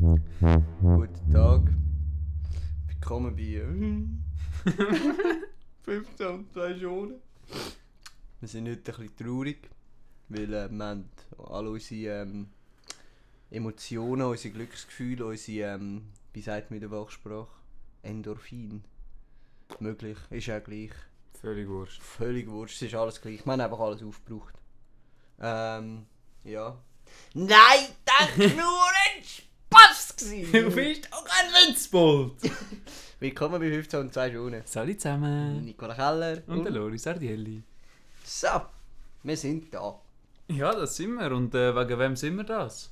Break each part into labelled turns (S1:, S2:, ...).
S1: Guten Tag. Willkommen bei äh, 15 und 2 Schonen. Wir sind heute ein bisschen traurig, weil äh, wir haben alle unsere ähm, Emotionen, unsere Glücksgefühle, unsere, ähm, wie sagt man in der Fachsprache, Endorphin. Möglich, ist auch gleich.
S2: Völlig wurscht.
S1: Völlig wurscht, es ist alles gleich. Wir haben einfach alles aufgebraucht. Ähm, ja. Nein, das war nur ein Spaß!
S2: Du
S1: gewesen.
S2: bist auch ein Witzbold!
S1: Willkommen bei 15 und 2 Stunden.
S2: Salut zusammen!
S1: Nicola Keller
S2: Und der Loris Sardielli.
S1: So, wir sind da.
S2: Ja, das sind wir. Und äh, wegen wem sind wir das?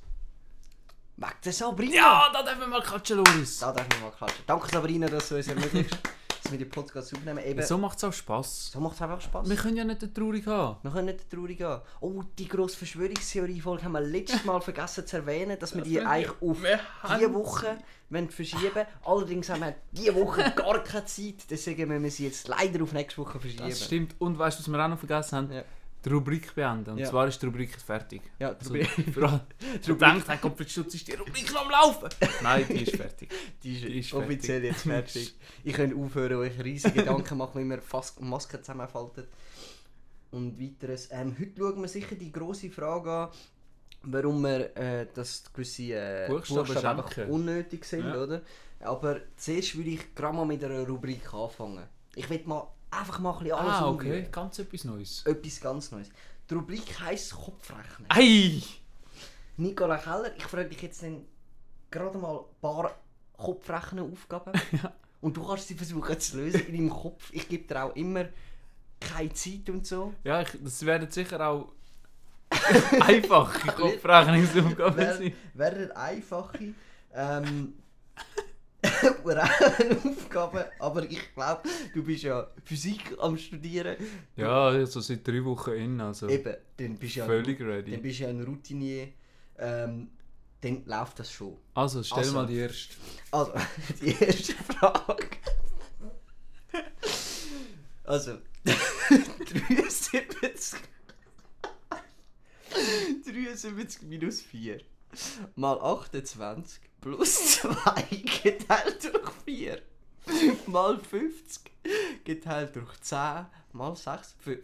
S1: Wegen der Sabrina!
S2: Ja, da dürfen wir mal quatschen, Loris!
S1: Da darf man mal klatschen. Danke Sabrina, dass du uns ermöglicht, dass wir den Podcast aufnehmen. Eben, so
S2: So macht es auch Spass.
S1: macht es einfach Spaß.
S2: Wir können ja nicht traurig haben.
S1: Wir können nicht traurig gehen. Oh, die grosse Verschwörungstheorie-Folge haben wir letztes Mal vergessen zu erwähnen, dass wir die
S2: können wir-
S1: eigentlich auf
S2: wir haben
S1: diese Woche wollen verschieben Allerdings haben wir diese Woche gar keine Zeit, deswegen müssen wir sie jetzt leider auf nächste Woche verschieben.
S2: Das stimmt. Und weißt du, was wir auch noch vergessen haben?
S1: Ja.
S2: Die Rubrik beenden. Und
S1: Ja.
S2: zwar ist die Rubrik fertig. Also,
S1: Ja, die Rubrik-
S2: Du denkst, hey, Kopf, Stutz ist die Rubrik noch am Laufen! Nein, die ist fertig.
S1: Die ist,
S2: Die ist
S1: offiziell jetzt fertig. ich könnte aufhören, euch riesige Gedanken machen, wie man fast Masken zusammenfaltet. Und weiteres. Ähm, heute schauen wir sicher die grosse Frage an, warum wir äh, das gewisse äh,
S2: Buchstaben
S1: einfach
S2: schenken.
S1: unnötig sind,
S2: Ja.
S1: oder? Aber zuerst würde ich gerade mal mit einer Rubrik anfangen. Ich will mal einfach mal ein bisschen alles
S2: Ah,
S1: umrühren.
S2: okay. Ganz etwas Neues.
S1: Etwas ganz Neues. Die Rubrik heisst Kopfrechnen.
S2: Ei!
S1: Nicola Keller, ich frage dich jetzt dann gerade mal ein paar Kopfrechenaufgaben. Und du kannst sie versuchen zu lösen in deinem Kopf. Ich gebe dir auch immer keine Zeit und so.
S2: Ja, ich, das werden sicher auch einfache Kopfrechnungsaufgaben
S1: Wäre
S2: sein.
S1: wär eine einfache ähm, Aufgabe. Aber ich glaube, du bist ja Physik am Studieren.
S2: Ja, also seit drei Wochen in, also
S1: Eben, dann bist du ja,
S2: völlig
S1: dann
S2: ready.
S1: bist du ja ein Routinier. Ähm, dann läuft das schon.
S2: Also, stell
S1: Also.
S2: mal die erste.
S1: Also, die erste Frage. Also, 73. 73 minus 4 mal 28 plus 2 geteilt durch 4 mal 50 geteilt durch 10 mal 56.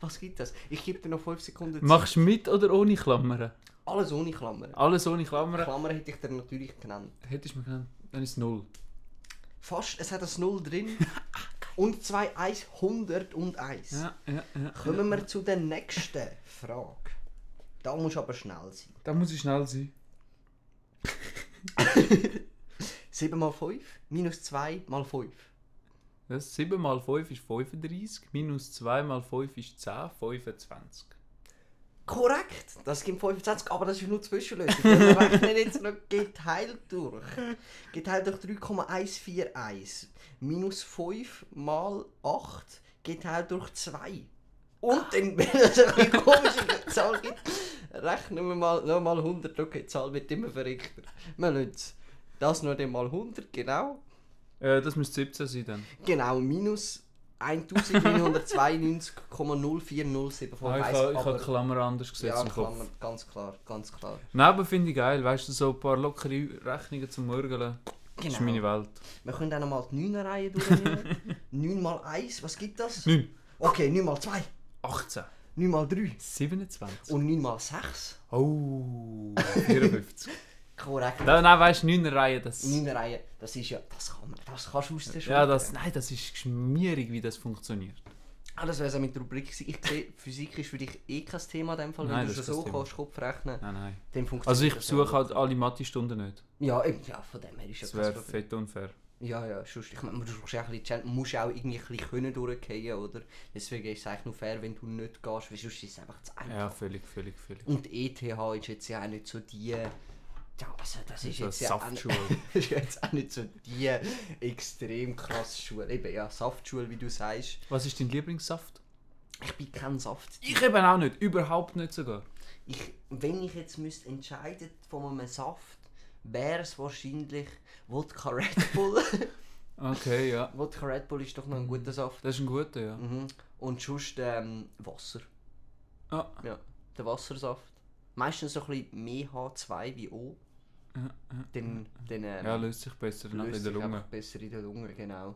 S1: Was gibt das? Ich gebe dir noch 5 Sekunden Zeit.
S2: Machst du mit oder ohne Klammern?
S1: Alles ohne Klammern.
S2: Alles ohne Klammern.
S1: Klammern hätte ich dir natürlich genannt.
S2: Hättest du mir genannt, dann ist es null.
S1: Fast, es hat ein Null drin. Und zwei Eis, 101.
S2: Ja, ja, ja.
S1: Kommen wir zu der nächsten Frage. Da musst du aber schnell sein.
S2: Da muss ich schnell sein.
S1: 7 mal 5 minus 2 mal 5.
S2: Das 7 mal 5 ist 35, minus 2 mal 5 ist 10, 25.
S1: Korrekt, das gibt 25, aber das ist nur Zwischenlösung. Wir rechnen jetzt noch geteilt durch. Geteilt durch 3,141 minus 5 mal 8 geteilt durch 2. Und dann, wenn es eine komische Zahl gibt, rechnen wir mal nochmal 100. Okay, die Zahl wird immer verrückter. Wir lassen es. Das noch dann mal 100, genau.
S2: Äh, das müsste 17 sein dann.
S1: Genau, minus 1992,040751.
S2: Ah, ich habe ich habe die Klammer anders gesetzt
S1: Ja,
S2: im Kopf.
S1: Klammern, ganz klar, ganz klar.
S2: Nein, aber finde ich geil, weißt du, so ein paar lockere Rechnungen zum Mörgeln. Das ist
S1: Genau.
S2: meine Welt.
S1: Wir können auch nochmal die 9 Reihe durchnehmen. 9 mal 1, was gibt das?
S2: 9,
S1: Okay, 9 mal 2,
S2: 18,
S1: 9 mal 3
S2: 27.
S1: und 9 mal 6.
S2: Oh, 54.
S1: Korrekt.
S2: nein, nein, weißt du, 9 Reihen, das.
S1: 9 Reihe, das ist ja, das kann man, das kannst du aus der Schule.
S2: Ja, das. Nein, das ist schmierig, wie das funktioniert.
S1: Ah, das wäre es auch mit der Rubrik gewesen. Ich sehe, Physik ist für dich eh kein Thema dus in dem Fall, wenn
S2: Nein,
S1: du
S2: das
S1: schon
S2: ist
S1: so
S2: kein Thema.
S1: kannst Kopf rechnen.
S2: Nein, nein.
S1: Dann funktioniert
S2: Also ich
S1: das
S2: besuche
S1: ja.
S2: halt alle Mathe-Stunden nicht.
S1: Ja, eben, ja, von dem her ist ja
S2: Das
S1: kein
S2: wäre
S1: Problem.
S2: fett unfair.
S1: Ja, ja, sonst, ich meine, du brauchst auch ein bisschen Gen- musst auch irgendwie ein bisschen können durchgehen, oder? Deswegen ist es eigentlich nur fair, wenn du nicht gehst, weil sonst ist es einfach zu einfach.
S2: Ja, völlig, völlig, völlig.
S1: Und die ETH E ist jetzt ja auch nicht so die. Ja, also das ist
S2: So eine
S1: jetzt ja auch,
S2: Saftschule.
S1: ist jetzt auch nicht so die extrem krasse Schule. Eben, ja, Saftschule, wie du sagst.
S2: Was ist dein Lieblingssaft?
S1: Ich bin kein Saft.
S2: Ich eben auch nicht. Überhaupt nicht sogar.
S1: Ich, wenn ich jetzt müsste entscheiden von einem Saft, wäre es wahrscheinlich Wodka Red Bull.
S2: Okay, ja.
S1: Wodka Red Bull ist doch noch ein
S2: Mhm.
S1: guter Saft.
S2: Das ist ein guter, ja.
S1: Mhm. Und sonst ähm, Wasser.
S2: Ah,
S1: Ja, der Wassersaft. meistens so ein bisschen mehr H2 wie O. Dann, dann ähm,
S2: Ja, löst sich besser nachher
S1: löst
S2: in der
S1: sich
S2: Lunge.
S1: einfach besser in der Lunge, genau.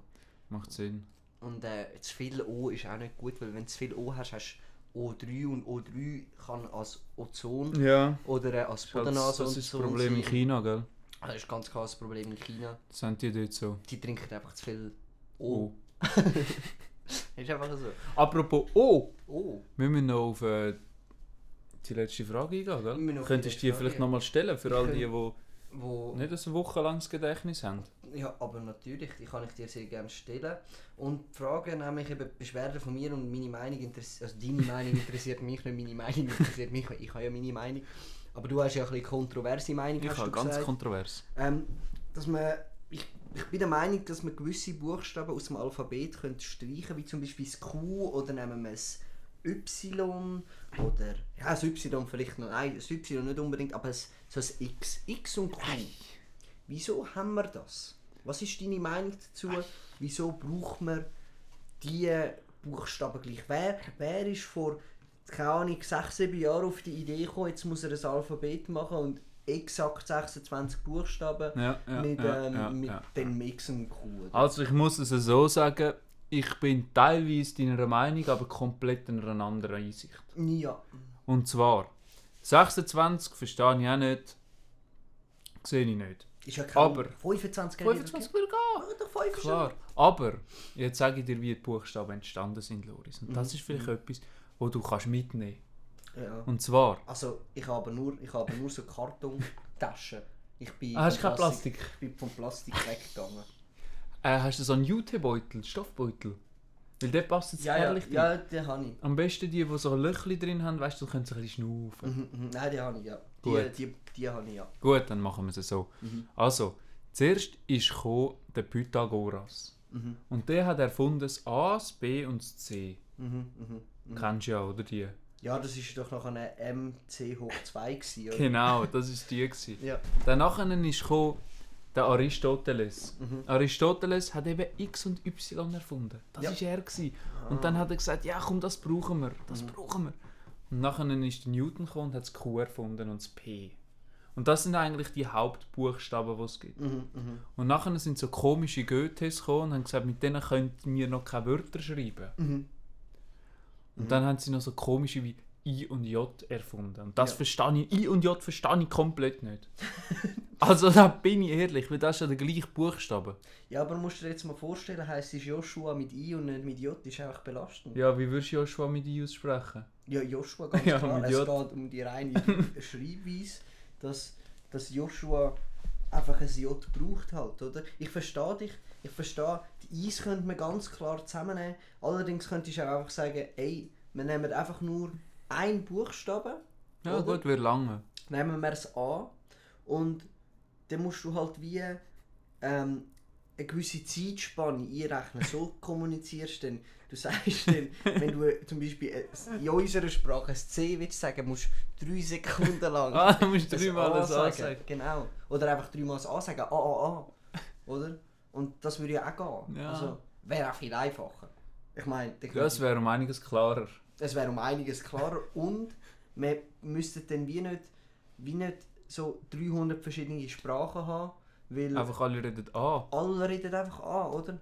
S2: Macht Sinn.
S1: Und äh, zu viel O ist auch nicht gut, weil wenn du zu viel O hast, hast du O3 und O3 kann als Ozon
S2: Ja.
S1: oder äh, als
S2: Das,
S1: Bodennase
S2: das ist das Problem in China, gell?
S1: Das ist ganz klar das Problem in China.
S2: Das haben die dort so.
S1: Die trinken einfach zu viel O.
S2: Oh.
S1: ist einfach so.
S2: Apropos Oh!
S1: O.
S2: Wir müssen noch auf äh, die letzte Frage eingehen,
S1: Wir müssen
S2: gell?
S1: auf die
S2: Könntest
S1: letzte
S2: du die
S1: Frage
S2: vielleicht
S1: eingehen.
S2: nochmal stellen, für all die, die
S1: Wo,
S2: nicht ein wochenlanges Gedächtnis haben?
S1: ja, aber natürlich, die kann ich dir sehr gerne stellen. Und die Frage nämlich eben Beschwerden von mir und meine Meinung interessiert, also deine Meinung interessiert mich nicht, meine Meinung interessiert mich, weil ich habe ja meine Meinung. Aber du hast ja ein bisschen kontroverse Meinung,
S2: Ich
S1: hast
S2: habe
S1: du
S2: ganz
S1: gesagt.
S2: kontrovers.
S1: ähm, dass man, ich, ich bin der Meinung, dass man gewisse Buchstaben aus dem Alphabet könnte streichen wie zum Beispiel das Q oder nehmen wir das Y oder ja, das Y vielleicht noch, nein, das Y nicht unbedingt, aber es, so das X. X und Q. Wieso haben wir das? Was ist deine Meinung dazu? Wieso braucht man die Buchstaben gleich? Wer, wer ist vor, keine Ahnung, 6, 7 Jahren auf die Idee gekommen, jetzt muss er ein Alphabet machen und exakt 26 Buchstaben
S2: Ja, ja,
S1: mit,
S2: ja,
S1: ähm,
S2: ja,
S1: mit
S2: ja.
S1: dem Mix und Q? oder?
S2: Also ich muss es so sagen, ich bin teilweise deiner Meinung, aber komplett in einer anderen Einsicht.
S1: Ja.
S2: Und zwar, 26 verstehe ich auch nicht, sehe ich nicht.
S1: Ist ja
S2: Aber-
S1: 25
S2: 25 würde gehen.
S1: Oder 5 ist
S2: Klar, aber jetzt sage ich dir, wie die Buchstaben entstanden sind, Loris. Und
S1: Mhm.
S2: das ist vielleicht etwas, wo du kannst mitnehmen
S1: ja- Ja.
S2: Und zwar,
S1: Also, ich habe aber nur, ich habe aber nur so Kartontaschen. Ich bin
S2: Ah, hast
S1: vom
S2: kein Plastik?
S1: Ich bin vom Plastik weggegangen.
S2: äh, hast du so einen Jutebeutel, Stoffbeutel? Weil der passt jetzt ehrlich rein.
S1: ja, den habe ich.
S2: Am besten die, die so Löchli drin haben, weißt du, dann können sie ein bisschen schnaufen.
S1: Mhm, mhm. Nein, die habe ich ja. Die,
S2: Gut.
S1: die, die habe ich ja.
S2: Gut, dann machen wir es so.
S1: Mhm.
S2: Also, zuerst ist gekommen der Pythagoras. Und der hat erfunden das A, das B und das C.
S1: Mhm, mhm.
S2: Kennst du ja, oder die?
S1: Ja, das war doch noch eine MC hoch 2 gewesen, oder?
S2: Genau, das ist die. Gewesen.
S1: Ja.
S2: Danach ist gekommen der Aristoteles. Aristoteles hat eben X und Y erfunden. Das
S1: Ja.
S2: war er. Gewesen. Und dann hat er gesagt, ja komm, das brauchen wir, das brauchen wir. Und nachher ist der Newton gekommen und hat das Q erfunden und das P. Und das sind eigentlich die Hauptbuchstaben, die es gibt.
S1: Mhm, mhm.
S2: Und nachher sind so komische Goethes gekommen und haben gesagt, mit denen könnten wir noch keine Wörter schreiben.
S1: Mhm.
S2: Und dann haben sie noch so komische wie I und J erfunden. Und das
S1: Ja.
S2: verstehe ich, I und J verstehe ich komplett nicht. also da bin ich ehrlich, weil das ist ja der gleiche Buchstabe.
S1: Ja, aber musst du dir jetzt mal vorstellen, heisst es Joshua mit I und nicht mit J, ist einfach belastend.
S2: Ja, wie würdest du Joshua mit I aussprechen?
S1: Ja, Joshua ganz
S2: Ja,
S1: klar.
S2: mit
S1: Es
S2: J.
S1: geht um die reine Schreibweise, dass, dass Joshua einfach ein J braucht halt, oder? Ich verstehe dich, ich verstehe, die Eis könnte man ganz klar zusammennehmen. Allerdings könntest du auch einfach sagen, ey, wir nehmen einfach nur ein Buchstaben,
S2: Ja
S1: Oder?
S2: gut, wir lange.
S1: nehmen wir es an und dann musst du halt wie ähm, eine gewisse Zeitspanne einrechnen. So kommunizierst du dann. Du sagst dann, wenn du äh, zum Beispiel äh, in unserer Sprache ein C willst sagen, musst du drei Sekunden lang
S2: Ah, du musst
S1: ein
S2: dreimal
S1: A
S2: das A sagen.
S1: Genau. Oder einfach dreimal das A sagen. A, A, A. Oder? Und das würde ja auch gehen.
S2: Ja.
S1: Also, wäre auch viel einfacher. Ich meine, dann könnte-
S2: Das wäre um einiges klarer.
S1: es wäre um einiges klarer und man müsste dann wie nicht, wie nicht so 300 verschiedene Sprachen haben, weil
S2: Einfach alle reden ah, A.
S1: alle reden einfach an, oder?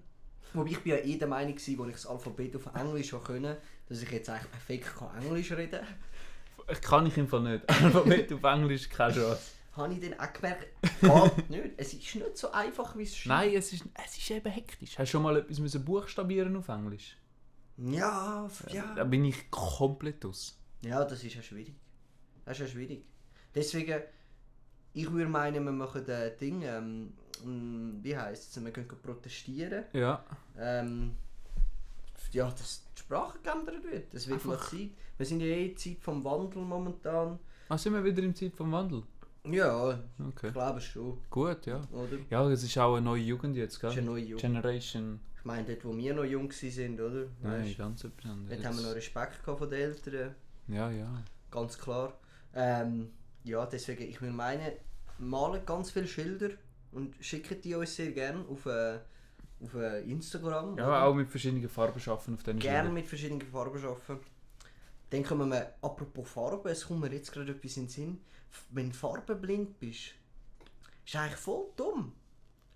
S1: Wobei ich bin ja eh der Meinung gewesen, als ich das Alphabet auf Englisch schon können, dass ich jetzt eigentlich perfekt kann Englisch reden kann.
S2: Kann ich im Fall nicht. Alphabet auf Englisch, keine Chance.
S1: Habe ich dann auch gemerkt, geht nicht. Es ist nicht so einfach, wie es scheint.
S2: Nein, es ist, es ist eben hektisch. Hast du schon mal etwas müssen buchstabieren auf Englisch?
S1: Ja, f-
S2: Da
S1: ja.
S2: bin ich komplett aus.
S1: Ja, das ist ja schwierig. Das ist ja schwierig. Deswegen, ich würde meinen, wir machen das Ding, ähm, mm, wie heisst es, wir können protestieren.
S2: Ja.
S1: Ähm, ja, dass die Sprache geändert wird. Das wird mal
S2: Einfach.
S1: Zeit. Wir sind ja eh in der Zeit vom Wandel momentan.
S2: Ah, sind wir wieder im Zeit vom Wandel?
S1: Ja,
S2: Okay.
S1: ich glaube schon,
S2: Gut, ja.
S1: oder? Ist
S2: Ja, es ist auch eine neue Jugend jetzt, gell?
S1: ja neu jung.
S2: Generation.
S1: Ich meine, dort wo wir noch jung sind, oder?
S2: Nein,
S1: Weißt,
S2: ganz etwas anderes.
S1: dort haben wir noch Respekt gehabt von den Eltern,
S2: Ja, ja.
S1: ganz klar. Ähm, ja, deswegen, ich will meinen, malen ganz viele Schilder und schicken die uns sehr gerne auf, äh, auf äh, Instagram.
S2: Ja,
S1: oder?
S2: auch mit verschiedenen Farben arbeiten auf diesen
S1: gerne
S2: Schildern.
S1: mit verschiedenen Farben arbeiten. Dann kommen wir, apropos Farbe, es kommt mir jetzt gerade etwas in den Sinn. F- Wenn du farbenblind bist, ist eigentlich voll dumm.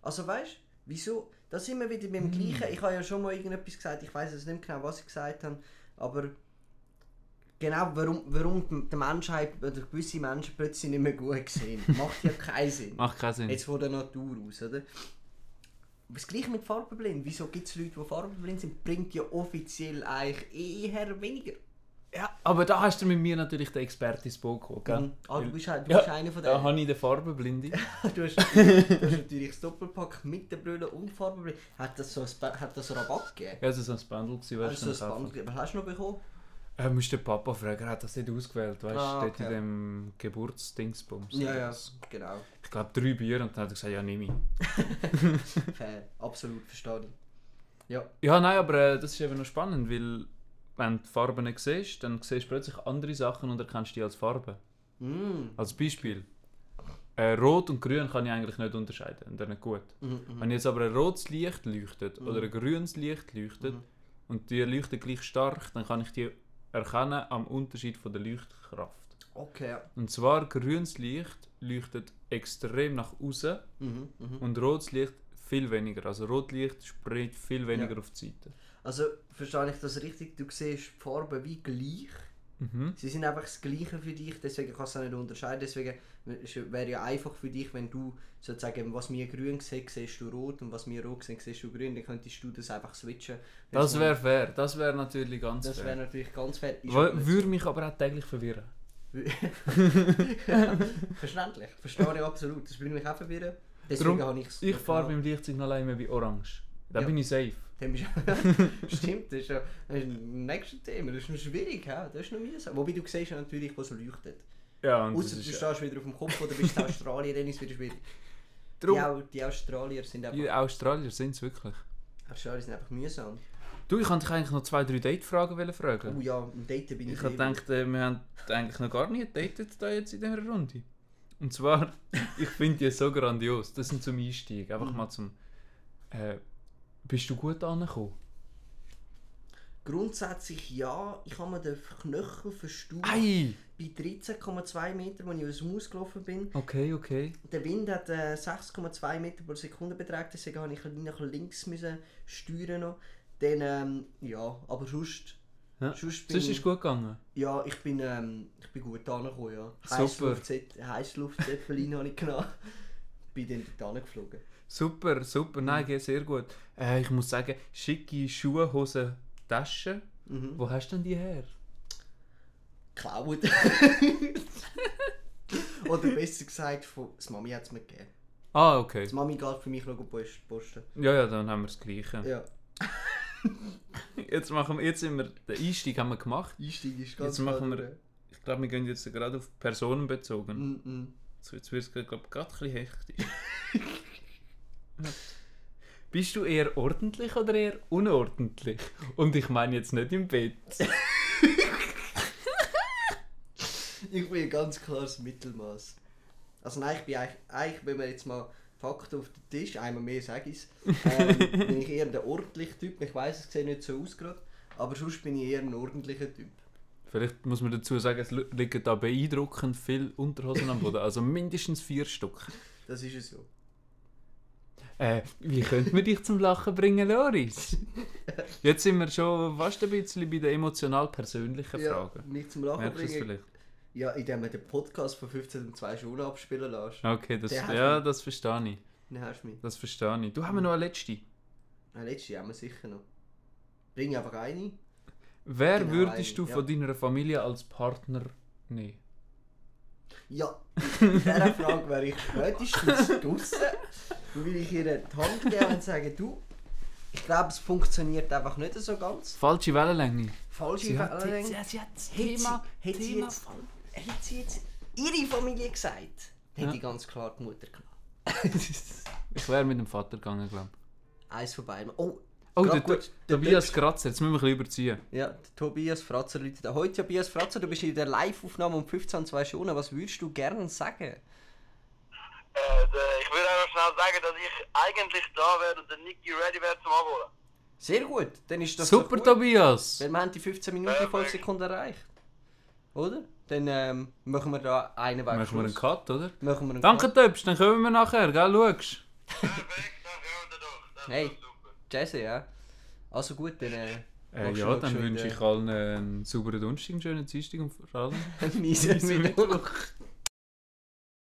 S1: Also weißt du, wieso? Da sind wir wieder beim Gleichen. Ich habe ja schon mal irgendetwas gesagt, ich weiß jetzt nicht mehr genau, was ich gesagt habe, aber genau warum, warum die- die Menschheit oder gewisse Menschen plötzlich nicht mehr gut sehen, macht ja keinen Sinn.
S2: Macht keinen Sinn.
S1: Jetzt von der Natur aus, oder? Das gleiche mit Farbenblind. Wieso gibt es Leute, die farbenblind sind? Bringt ja offiziell eigentlich eher weniger.
S2: Ja, aber da hast du mit mir natürlich den Experte ins Boot geholt, gell?
S1: Mhm. Ah, du bist, halt- du
S2: Ja,
S1: bist einer von
S2: Da
S1: denen.
S2: habe ich den Farbenblinde.
S1: Du hast, du hast natürlich das Doppelpack mit der Brille und Farbenblind. Hat das so ein, Spe- hat das Rabatt gegeben?
S2: Ja, es war so ein Spandel, gewesen, weißt
S1: Hast
S2: du,
S1: du
S2: am
S1: Ah, so ein
S2: Kaufen.
S1: Band gegeben? Was hast du noch bekommen?
S2: Äh, musst den Papa fragen, er hat das nicht ausgewählt, weißt du?
S1: Ah,
S2: Dort in
S1: okay.
S2: dem Geburtsdingsbums.
S1: Ja, ja, genau.
S2: Ich glaube drei Bier und dann hat er gesagt, ja, nimm ich.
S1: Fair. Absolut, verstehe ich. Ja.
S2: Ja, nein, aber äh, das ist eben noch spannend, weil wenn du die Farben nicht siehst, dann siehst du plötzlich andere Sachen und erkennst die als Farben.
S1: Mm.
S2: Als Beispiel. Äh, Rot und Grün kann ich eigentlich nicht unterscheiden und das nicht gut.
S1: Mhm.
S2: Wenn jetzt aber ein rotes Licht leuchtet oder ein grünes Licht leuchtet
S1: Mhm.
S2: und die leuchten gleich stark, dann kann ich die erkennen am Unterschied von der Leuchtkraft.
S1: Okay.
S2: Und zwar grünes Licht leuchtet extrem nach außen
S1: Mhm. Mhm.
S2: und rotes Licht viel weniger. Also rotes Licht spricht viel weniger
S1: Ja.
S2: auf die Seite.
S1: Also, verstehe ich das richtig? Du siehst die Farben wie gleich.
S2: Mhm.
S1: Sie sind einfach das Gleiche für dich, deswegen kannst du es auch nicht unterscheiden. Deswegen ist- wäre ja einfach für dich, wenn du sozusagen, was wir grün sehen, siehst du rot und was wir rot sehen, siehst du grün, dann könntest du das einfach switchen.
S2: Das wäre fair, das wäre natürlich ganz
S1: das wäre
S2: fair.
S1: natürlich ganz fair. Ist aber
S2: Wär,
S1: nicht
S2: würde mich aber auch täglich verwirren.
S1: so. Verständlich, verstehe ich absolut. Das würde mich auch verwirren. Deswegen
S2: Darum,
S1: habe ich es.
S2: Ich fahre beim Lichtsignal immer bei Orange. Da
S1: Ja.
S2: bin ich safe.
S1: Dann bist Stimmt, das ist ja das ist ein nächstes Thema. Das ist noch schwierig, hä? das ist noch mühsam. Wobei du siehst ja natürlich, was leuchtet.
S2: Ja, und
S1: Außer
S2: das
S1: du
S2: ist,
S1: stehst wieder auf dem Kopf oder bist in Australien, dann ist es wieder schwierig.
S2: Drum-
S1: Die, Au- die Australier sind einfach,
S2: die Australier sind es wirklich.
S1: Australier sind einfach mühsam.
S2: Du, ich wollte dich eigentlich noch zwei, drei Date-Fragen wollen fragen.
S1: Oh ja, im Daten bin ich.
S2: ich habe
S1: eben-
S2: gedacht, äh, wir haben eigentlich noch gar nicht datet da jetzt in dieser Runde. Und zwar, ich finde die so grandios. Das sind zum Einstieg.
S1: Mhm.
S2: Einfach mal zum. Äh, bist du gut angekommen?
S1: Grundsätzlich ja, ich habe mir den Knöchel verstaucht.
S2: Ei!
S1: Bei 13,2 Metern, als ich aus dem Haus gelaufen bin.
S2: Okay, okay.
S1: Der Wind hat äh, 6,2 Meter pro Sekunde beträgt, deswegen habe ich ein bisschen nach links müssen steuern noch. Dann, ähm, ja, aber sonst,
S2: Ja.
S1: sonst bin
S2: Sonst ist es gut gegangen.
S1: Ja, ich bin, ähm, ich bin gut angekommen, ja.
S2: Super.
S1: Heissluftze- Heissluftzeppelin habe ich genommen. Bin dann dort geflogen.
S2: Super, super,
S1: Mhm.
S2: nein, geht sehr gut. Äh, ich muss sagen, schicke Schuhe, Hosen, Taschen.
S1: Mhm.
S2: Wo hast du denn die her?
S1: Geklaut. Oder besser gesagt, von... das Mami hat es mir gegeben.
S2: Ah, okay.
S1: Das Mami geht für mich noch post- posten.
S2: Ja, ja, dann haben wir das Gleiche.
S1: Ja,
S2: Jetzt machen wir, jetzt sind wir, den Einstieg haben wir gemacht.
S1: Einstieg ist ganz
S2: Jetzt machen
S1: klar
S2: wir-
S1: durch.
S2: Ich glaube, wir gehen jetzt gerade auf Personen bezogen.
S1: Mm -mm.
S2: So, jetzt wird es, glaube ich, gerade ein bisschen hektisch. Bist du eher ordentlich oder eher unordentlich? Und ich meine jetzt nicht im Bett.
S1: Ich bin ein ganz klares Mittelmaß. Also nein, ich bin eigentlich, eigentlich, wenn wir jetzt mal Fakten auf den Tisch, einmal mehr sage ich es, ähm, bin ich eher der ordentliche Typ. Ich weiß, es sieht nicht so aus gerade, aber sonst bin ich eher ein ordentlicher Typ.
S2: Vielleicht muss man dazu sagen, es li- liegen da beeindruckend viele Unterhosen am Boden. Also mindestens vier Stück.
S1: Das ist es so.
S2: Äh, wie könnte man dich zum Lachen bringen, Loris? Jetzt sind wir schon fast ein bisschen bei den emotional-persönlichen
S1: Ja,
S2: Fragen.
S1: mich zum Lachen
S2: Merkst du es
S1: bringen.
S2: vielleicht?
S1: Ja, indem man den Podcast von 15 um 2 Stunden abspielen lässt.
S2: Okay, das,
S1: Der hat
S2: ja, das verstehe ich.
S1: Dann hast du mich.
S2: Das verstehe ich. Du haben wir noch eine letzte.
S1: Nein, letzte Ah, haben wir sicher noch. Bring einfach eine.
S2: Wer
S1: Genau,
S2: würdest du
S1: eine,
S2: von deiner Familie als Partner nehmen?
S1: Ja, in dieser Frage wäre ich spätestens draussen. Dann würde ich ihr die Hand geben und sagen, du, ich glaube, es funktioniert einfach nicht so ganz.
S2: Falsche Wellenlänge.
S1: Falsche
S2: Sie hat, sie,
S1: Veränderung.
S2: sie, sie hat das
S1: Hätte sie-
S2: Thema,
S1: hätte sie
S2: Thema
S1: jetzt-
S2: Fall-
S1: Hätte sie jetzt ihre Familie gesagt, dann hätte ich ganz klar die Mutter genommen.
S2: Ich wäre mit dem Vater gegangen, glaube ich.
S1: Eins von beiden. Oh,
S2: Oh,
S1: grad
S2: der, der,
S1: gut, der
S2: Tobias Kratzer, jetzt müssen wir ein bisschen überziehen.
S1: Ja, der Tobias Fratzer Leute. da. Heute Tobias Fratzer, du bist in der Live-Aufnahme um 15.02 Stunden. Was würdest du gerne sagen?
S3: Äh, d- ich würde einfach schnell sagen, dass ich eigentlich da wäre und der Nicky ready wäre zum Abholen.
S1: Sehr gut, dann ist das doch
S2: Super,
S1: gut.
S2: Tobias!
S1: Weil wir haben die 15 Minuten in 5 Sekunden erreicht. Oder? Dann ähm, machen wir da einen Weg.
S2: Machen wir einen
S1: Schluss.
S2: Cut, oder?
S1: Machen wir einen
S2: Danke, Töpst, dann kommen wir nachher, gell? Schaust
S3: Perfekt, dann kommen wir doch. Das
S1: Hey.
S3: ist super.
S1: Jesse, ja. Also gut, dann äh,
S2: äh,
S1: Machst du
S2: Ja,
S1: noch
S2: dann
S1: schön,
S2: wünsche
S1: ja.
S2: ich allen einen sauberen Donnerstag, einen schönen Dienstag und vor allem
S1: miese Mittwoch.